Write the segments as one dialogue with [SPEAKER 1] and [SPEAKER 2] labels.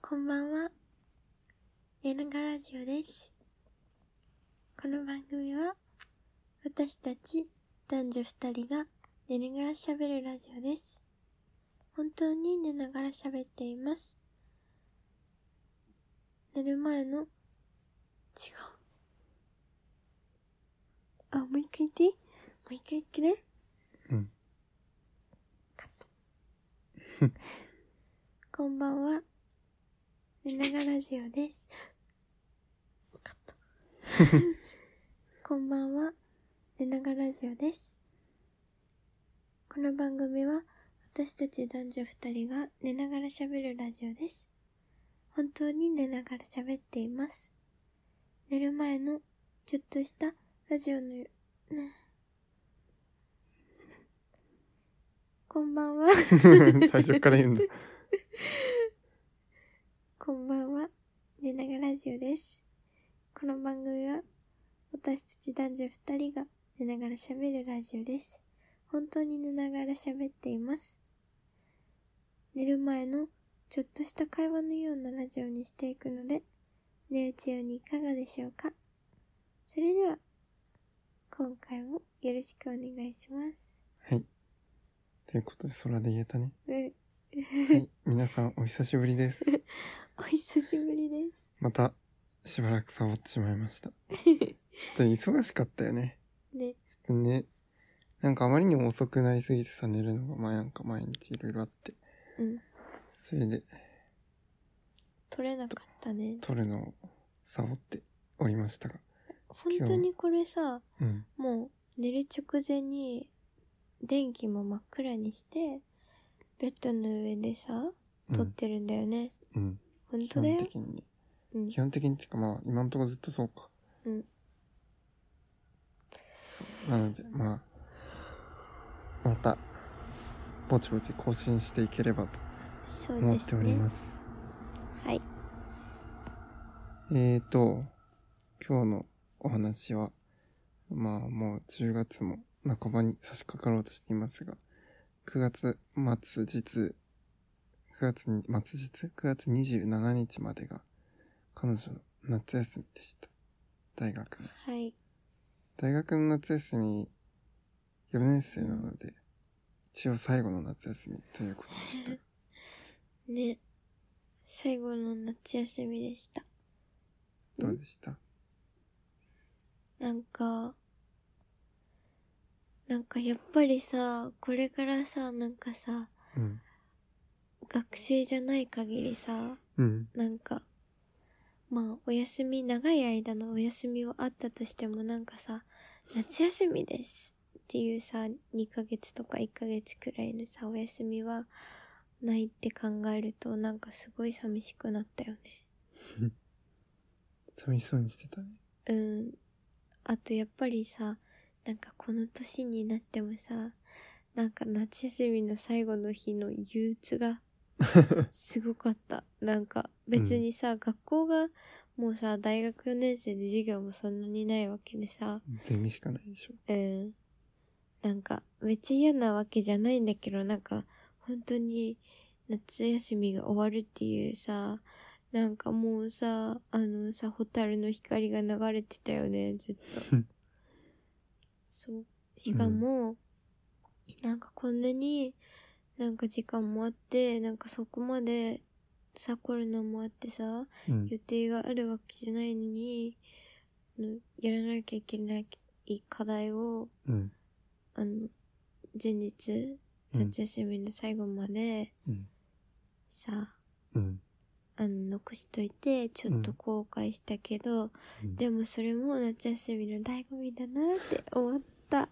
[SPEAKER 1] こんばんは。エルガラジオです。この番組は、私たち男女二人が寝ながら喋るラジオです。本当に寝ながら喋っています。寝る前の、違う。あ、もう一回言っていいもう一回言ってね。
[SPEAKER 2] うん。
[SPEAKER 1] カット。 こんばんは。寝ながらラジオです。カット。 こんばんは。寝ながらラジオです。この番組は私たち男女二人が寝ながら喋るラジオです。本当に寝ながら喋っています。寝る前のちょっとしたラジオのよ、ねこんばんは。
[SPEAKER 2] 最初から言うんだ。
[SPEAKER 1] こんばんは。寝ながらラジオです。この番組は私たち男女二人が寝ながら喋るラジオです。本当に寝ながら喋っています。寝る前のちょっとした会話のようなラジオにしていくので、寝打ち用にいかがでしょうか。それでは、今回もよろしくお願いします。
[SPEAKER 2] はい。ということで、空で言えたね。
[SPEAKER 1] うん、
[SPEAKER 2] はい。皆さん、お久しぶりです。
[SPEAKER 1] お久しぶりです。
[SPEAKER 2] また、しばらくサボってしまいました。ちょっと忙しかったよね。
[SPEAKER 1] ね、
[SPEAKER 2] ちょっとね、なんかあまりにも遅くなりすぎてさ、寝るのが、まあなんか毎日いろいろあって。
[SPEAKER 1] うん、
[SPEAKER 2] それで、
[SPEAKER 1] 撮れなかったね。
[SPEAKER 2] 撮るのをサボっておりましたが。
[SPEAKER 1] 本当にこれさ、
[SPEAKER 2] うん。
[SPEAKER 1] もう寝る直前に電気も真っ暗にしてベッドの上でさ
[SPEAKER 2] うん
[SPEAKER 1] 撮ってるんだよね、
[SPEAKER 2] うん。
[SPEAKER 1] 本
[SPEAKER 2] 基
[SPEAKER 1] 当だ
[SPEAKER 2] 本
[SPEAKER 1] よ、
[SPEAKER 2] 的にね。
[SPEAKER 1] うん
[SPEAKER 2] 基、本的にっていうか、まあ、今のところずっとそうか。
[SPEAKER 1] うん
[SPEAKER 2] そうなのでまあまたぼちぼち更新していければと
[SPEAKER 1] そう
[SPEAKER 2] 思
[SPEAKER 1] で
[SPEAKER 2] って
[SPEAKER 1] す
[SPEAKER 2] おり
[SPEAKER 1] ね
[SPEAKER 2] ます
[SPEAKER 1] はい
[SPEAKER 2] えーと今日のお話はまあもう10月も半ばに差し掛かろうとしていますが9月末日9月に末日9月27日までが彼女の夏休みでした大学の
[SPEAKER 1] はい
[SPEAKER 2] 大学の夏休み4年生なので一応最後の夏休みということでした
[SPEAKER 1] ね最後の夏休みでした
[SPEAKER 2] どうでした
[SPEAKER 1] なんかなんかやっぱりさこれからさなんかさ
[SPEAKER 2] うん
[SPEAKER 1] 学生じゃない限りさ
[SPEAKER 2] うん
[SPEAKER 1] なんか、まあ、お休み、長い間のお休みはあったとしても、なんかさ、夏休みですっていうさ、2ヶ月とか1ヶ月くらいのさ、お休みはないって考えると、なんかすごい寂しくなったよね。
[SPEAKER 2] 寂しそうにしてたね
[SPEAKER 1] うん。あと、やっぱりさ、なんかこの年になってもさ、なんか夏休みの最後の日の憂鬱がすごかった。なんか別にさ、学校がもうさ、大学4年生で授業もそんなにないわけでさ、
[SPEAKER 2] ゼミしかないでしょ
[SPEAKER 1] うん。なんかめっちゃ嫌なわけじゃないんだけど、なんか本当に夏休みが終わるっていうさ、なんかもうさ、あのさ、ホタルの光が流れてたよね、ずっと。そう。しかも、なんかこんなに、なんか時間もあって、なんかそこまで、さ、コロナもあってさ、
[SPEAKER 2] うん
[SPEAKER 1] 予定があるわけじゃないのに、のやらなきゃいけない課題を、
[SPEAKER 2] うん
[SPEAKER 1] あの、前日、
[SPEAKER 2] うん
[SPEAKER 1] 夏休みの最後まで、
[SPEAKER 2] うん
[SPEAKER 1] さ、
[SPEAKER 2] うん
[SPEAKER 1] あの、残しといて、ちょっと後悔したけど、
[SPEAKER 2] うん
[SPEAKER 1] でもそれも夏休みの醍醐味だなって思った。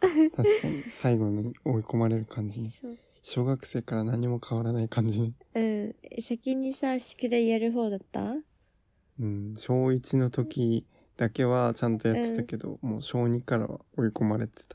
[SPEAKER 2] 確かに最後に追い込まれる感じね
[SPEAKER 1] そう。
[SPEAKER 2] 小学生から何も変わらない感じね
[SPEAKER 1] うん。先にさ、宿題やる方だった
[SPEAKER 2] うん小1の時だけはちゃんとやってたけど、もう小2からは追い込まれてた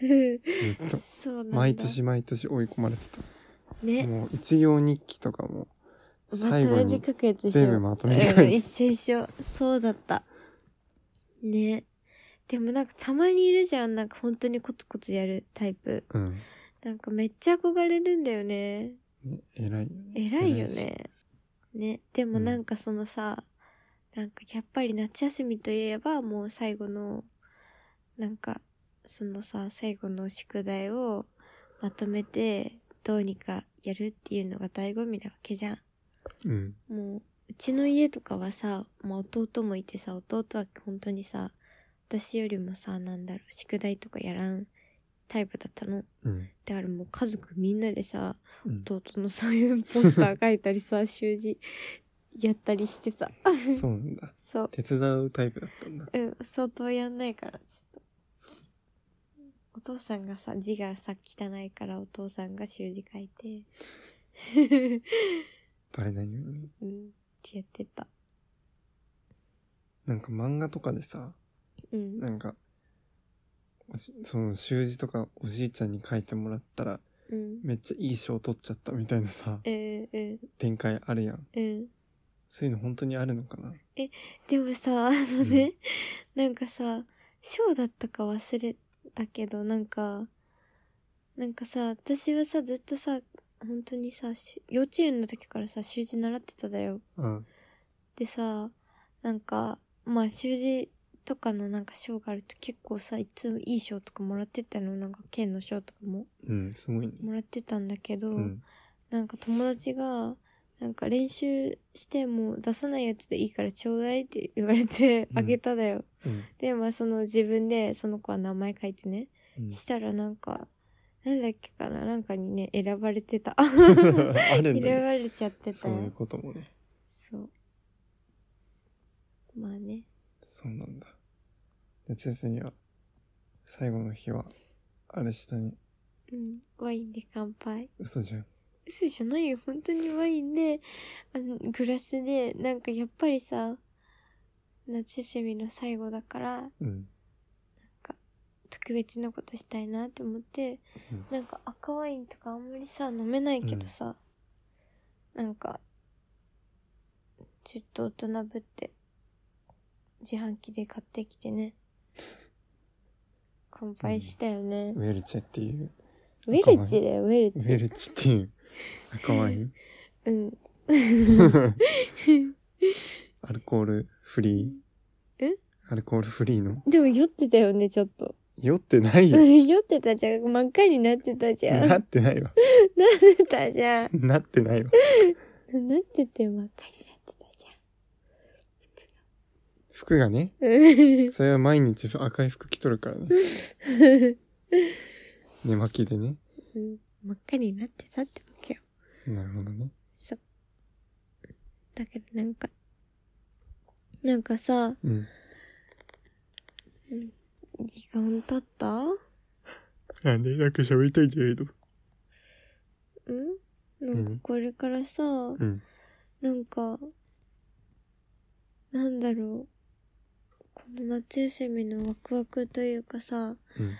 [SPEAKER 2] ずっと
[SPEAKER 1] そうなんだ。
[SPEAKER 2] 毎年。毎年追い込まれてた
[SPEAKER 1] ね。
[SPEAKER 2] もう一行日記とかも
[SPEAKER 1] まと
[SPEAKER 2] 最後
[SPEAKER 1] め
[SPEAKER 2] に
[SPEAKER 1] て書くやつでしょ。
[SPEAKER 2] 全部まとめて
[SPEAKER 1] う
[SPEAKER 2] 書
[SPEAKER 1] ん、
[SPEAKER 2] い
[SPEAKER 1] 一
[SPEAKER 2] て
[SPEAKER 1] 緒一緒。そうだった。ね。でもなんかたまにいるじゃん。なんか本当にコツコツやるタイプ。
[SPEAKER 2] うん、
[SPEAKER 1] なんかめっちゃ憧れるんだよね。
[SPEAKER 2] ね、偉いよね
[SPEAKER 1] 偉いよ
[SPEAKER 2] 偉いし
[SPEAKER 1] ね。ねでもなんかそのさ、なんかやっぱり夏休みといえばもう最後のなんかそのさ最後の宿題をまとめてどうにかやるっていうのが醍醐味なわけじゃん
[SPEAKER 2] うん。
[SPEAKER 1] もううちの家とかはさ、まあ、弟もいてさ弟は本当にさ私よりもさなんだろう宿題とかやらんタイプだったの
[SPEAKER 2] うん。
[SPEAKER 1] だからもう家族みんなでさ
[SPEAKER 2] うん、
[SPEAKER 1] 弟のそういうポスター書いたりさ習字やったりしてた
[SPEAKER 2] そうなんだ。
[SPEAKER 1] そう
[SPEAKER 2] 手伝うタイプだったんだ。
[SPEAKER 1] うん相当やんないからちょっとお父さんがさ字がさ汚いからお父さんが習字書いて
[SPEAKER 2] バレないように。
[SPEAKER 1] うんってやってた
[SPEAKER 2] なんか漫画とかでさ、
[SPEAKER 1] うん
[SPEAKER 2] なんか、おじその習字とかおじいちゃんに書いてもらったら、
[SPEAKER 1] うん
[SPEAKER 2] めっちゃいい賞取っちゃったみたいなさ、
[SPEAKER 1] うんうん
[SPEAKER 2] 展開あるやん。
[SPEAKER 1] うん
[SPEAKER 2] そういうの本当にあるのかな
[SPEAKER 1] でもさあのね、なんかさ賞だったか忘れたけどなんかなんかさ私はさずっとさ本当にさし幼稚園の時からさ習字習ってただよ
[SPEAKER 2] うん。
[SPEAKER 1] でさなんかまあ習字とかのなんか賞があると結構さいつもいい賞とかもらってたのなんか県の賞とかも
[SPEAKER 2] うん、すごいね。
[SPEAKER 1] もらってたんだけど、
[SPEAKER 2] うん。
[SPEAKER 1] なんか友達が、なんか練習しても出さないやつでいいからちょうだいって言われて
[SPEAKER 2] うん
[SPEAKER 1] あげただよ。
[SPEAKER 2] うん。
[SPEAKER 1] で、まあその自分でその子は名前書いてね。
[SPEAKER 2] うん
[SPEAKER 1] したらなんか、なんだっけかななんかにね、選ばれて た。
[SPEAKER 2] あるん
[SPEAKER 1] 選
[SPEAKER 2] だね。
[SPEAKER 1] ばれちゃってた
[SPEAKER 2] そういう
[SPEAKER 1] よ。
[SPEAKER 2] こともね。
[SPEAKER 1] そう。まあね。
[SPEAKER 2] そうなんだ。夏休みは、最後の日は、あれ下に、
[SPEAKER 1] うん。ワインで乾杯。
[SPEAKER 2] 嘘じゃん。
[SPEAKER 1] 嘘じゃないよ。本当にワインで、あの、グラスで、なんかやっぱりさ、夏休みの最後だから、
[SPEAKER 2] うん。
[SPEAKER 1] 特別なことしたいなって思って、
[SPEAKER 2] うん
[SPEAKER 1] なんか赤ワインとかあんまりさ飲めないけどさ、なんかちょっと大人ぶって自販機で買ってきてね乾杯したよね、
[SPEAKER 2] ウェルチェっていう、
[SPEAKER 1] ウェルチだよウェ
[SPEAKER 2] ウ
[SPEAKER 1] ルチ
[SPEAKER 2] ェルチって いう赤ワイン。
[SPEAKER 1] うん
[SPEAKER 2] アルコールフリー。
[SPEAKER 1] え
[SPEAKER 2] アルコールフリーの。
[SPEAKER 1] でも酔ってたよねちょっと
[SPEAKER 2] 酔ってないよ。
[SPEAKER 1] 酔ってたじゃん真っ赤になってたじゃ んな
[SPEAKER 2] な
[SPEAKER 1] っ
[SPEAKER 2] ってないわ。
[SPEAKER 1] てたじゃん
[SPEAKER 2] なってないわ。
[SPEAKER 1] なってて真っ赤になってたじ
[SPEAKER 2] 服がね、
[SPEAKER 1] ゃんうん
[SPEAKER 2] それは毎日赤い服着とるからね。寝巻きでね。
[SPEAKER 1] うん真っ赤になってたってわけよ。
[SPEAKER 2] なるほどね。
[SPEAKER 1] そう。だけどなんか、なんかさ、
[SPEAKER 2] うん。
[SPEAKER 1] 時間経ったん
[SPEAKER 2] なんで、なんか喋りたいんじゃないの
[SPEAKER 1] なんかこれからさ、
[SPEAKER 2] うん。
[SPEAKER 1] なんか、なんだろう。この夏休みのワクワクというかさ、
[SPEAKER 2] うん。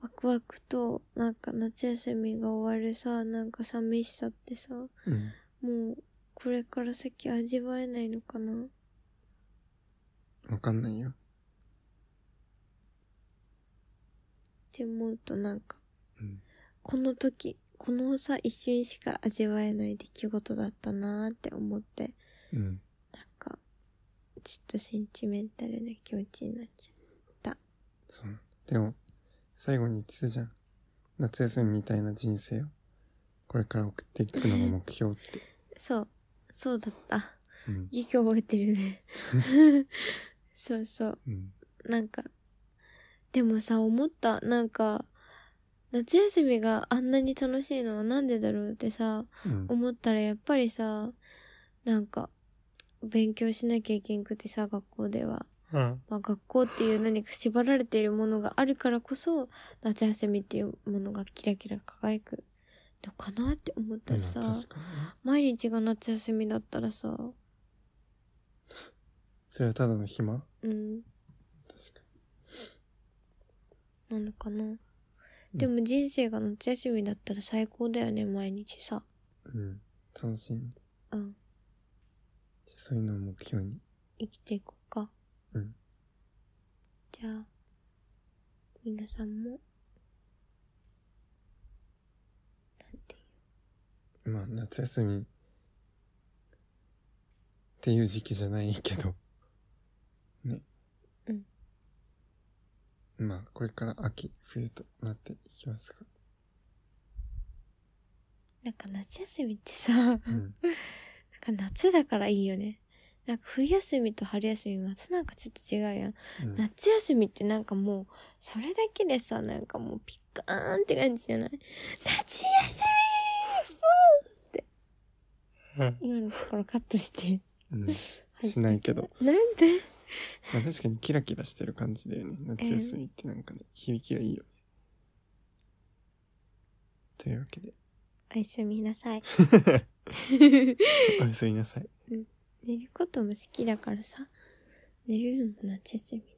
[SPEAKER 1] ワクワクと、なんか夏休みが終わるさ、なんか寂しさってさ、
[SPEAKER 2] うん。
[SPEAKER 1] もう、これから先味わえないのかな
[SPEAKER 2] わかんないよ。
[SPEAKER 1] って思うとなんか、
[SPEAKER 2] うん
[SPEAKER 1] この時このさ一瞬しか味わえない出来事だったなーって思って
[SPEAKER 2] うん。
[SPEAKER 1] なんかちょっとセンチメンタルな気持ちになっちゃ
[SPEAKER 2] そう。でも、最後に言ってたじゃん。夏休みみたいな人生を、これから送っていくのが目標って。
[SPEAKER 1] うそうそうだった
[SPEAKER 2] うん。
[SPEAKER 1] よく覚えてるねそうそう
[SPEAKER 2] うん。
[SPEAKER 1] なんかでもさ思ったなんか夏休みがあんなに楽しいのはなんでだろうってさ
[SPEAKER 2] うん。
[SPEAKER 1] 思ったらやっぱりさなんか勉強しなきゃいけんくてさ学校では、
[SPEAKER 2] うん。
[SPEAKER 1] まあ、学校っていう何か縛られているものがあるからこそ夏休みっていうものがキラキラ輝くのかなって思ったら
[SPEAKER 2] まあ
[SPEAKER 1] さ
[SPEAKER 2] 確かにね
[SPEAKER 1] 毎日が夏休みだったらさ
[SPEAKER 2] それはただの暇
[SPEAKER 1] うん
[SPEAKER 2] 確か
[SPEAKER 1] なのかなでも人生が夏休みだったら最高だよね毎日さ
[SPEAKER 2] に。うん。楽しいね。
[SPEAKER 1] うん
[SPEAKER 2] じゃあそういうのを目標に。
[SPEAKER 1] 生きていこうか
[SPEAKER 2] うん
[SPEAKER 1] じゃあ皆さんもなんていう
[SPEAKER 2] まあ、夏休み、っていう時期じゃないけど。ね。
[SPEAKER 1] うん。
[SPEAKER 2] まあ、これから秋、冬となっていきますが。
[SPEAKER 1] なんか夏休みってさ、 なん
[SPEAKER 2] うん。
[SPEAKER 1] か夏だからいいよね。なんか冬休みと春休みまたなんかちょっと違うやん。
[SPEAKER 2] うん
[SPEAKER 1] 夏休みってなんかもう、それだけでさ、なんかもうピカーンって感じじゃない夏休み今のところカットして。
[SPEAKER 2] うん。しないけど。
[SPEAKER 1] なんで
[SPEAKER 2] まあ、確かにキラキラしてる感じだよね。夏休みってなんかね、響きがいいよね。というわけで、
[SPEAKER 1] おやすみなさい。
[SPEAKER 2] おやすみなさい。
[SPEAKER 1] 寝ることも好きだからさ、寝るのも夏休み。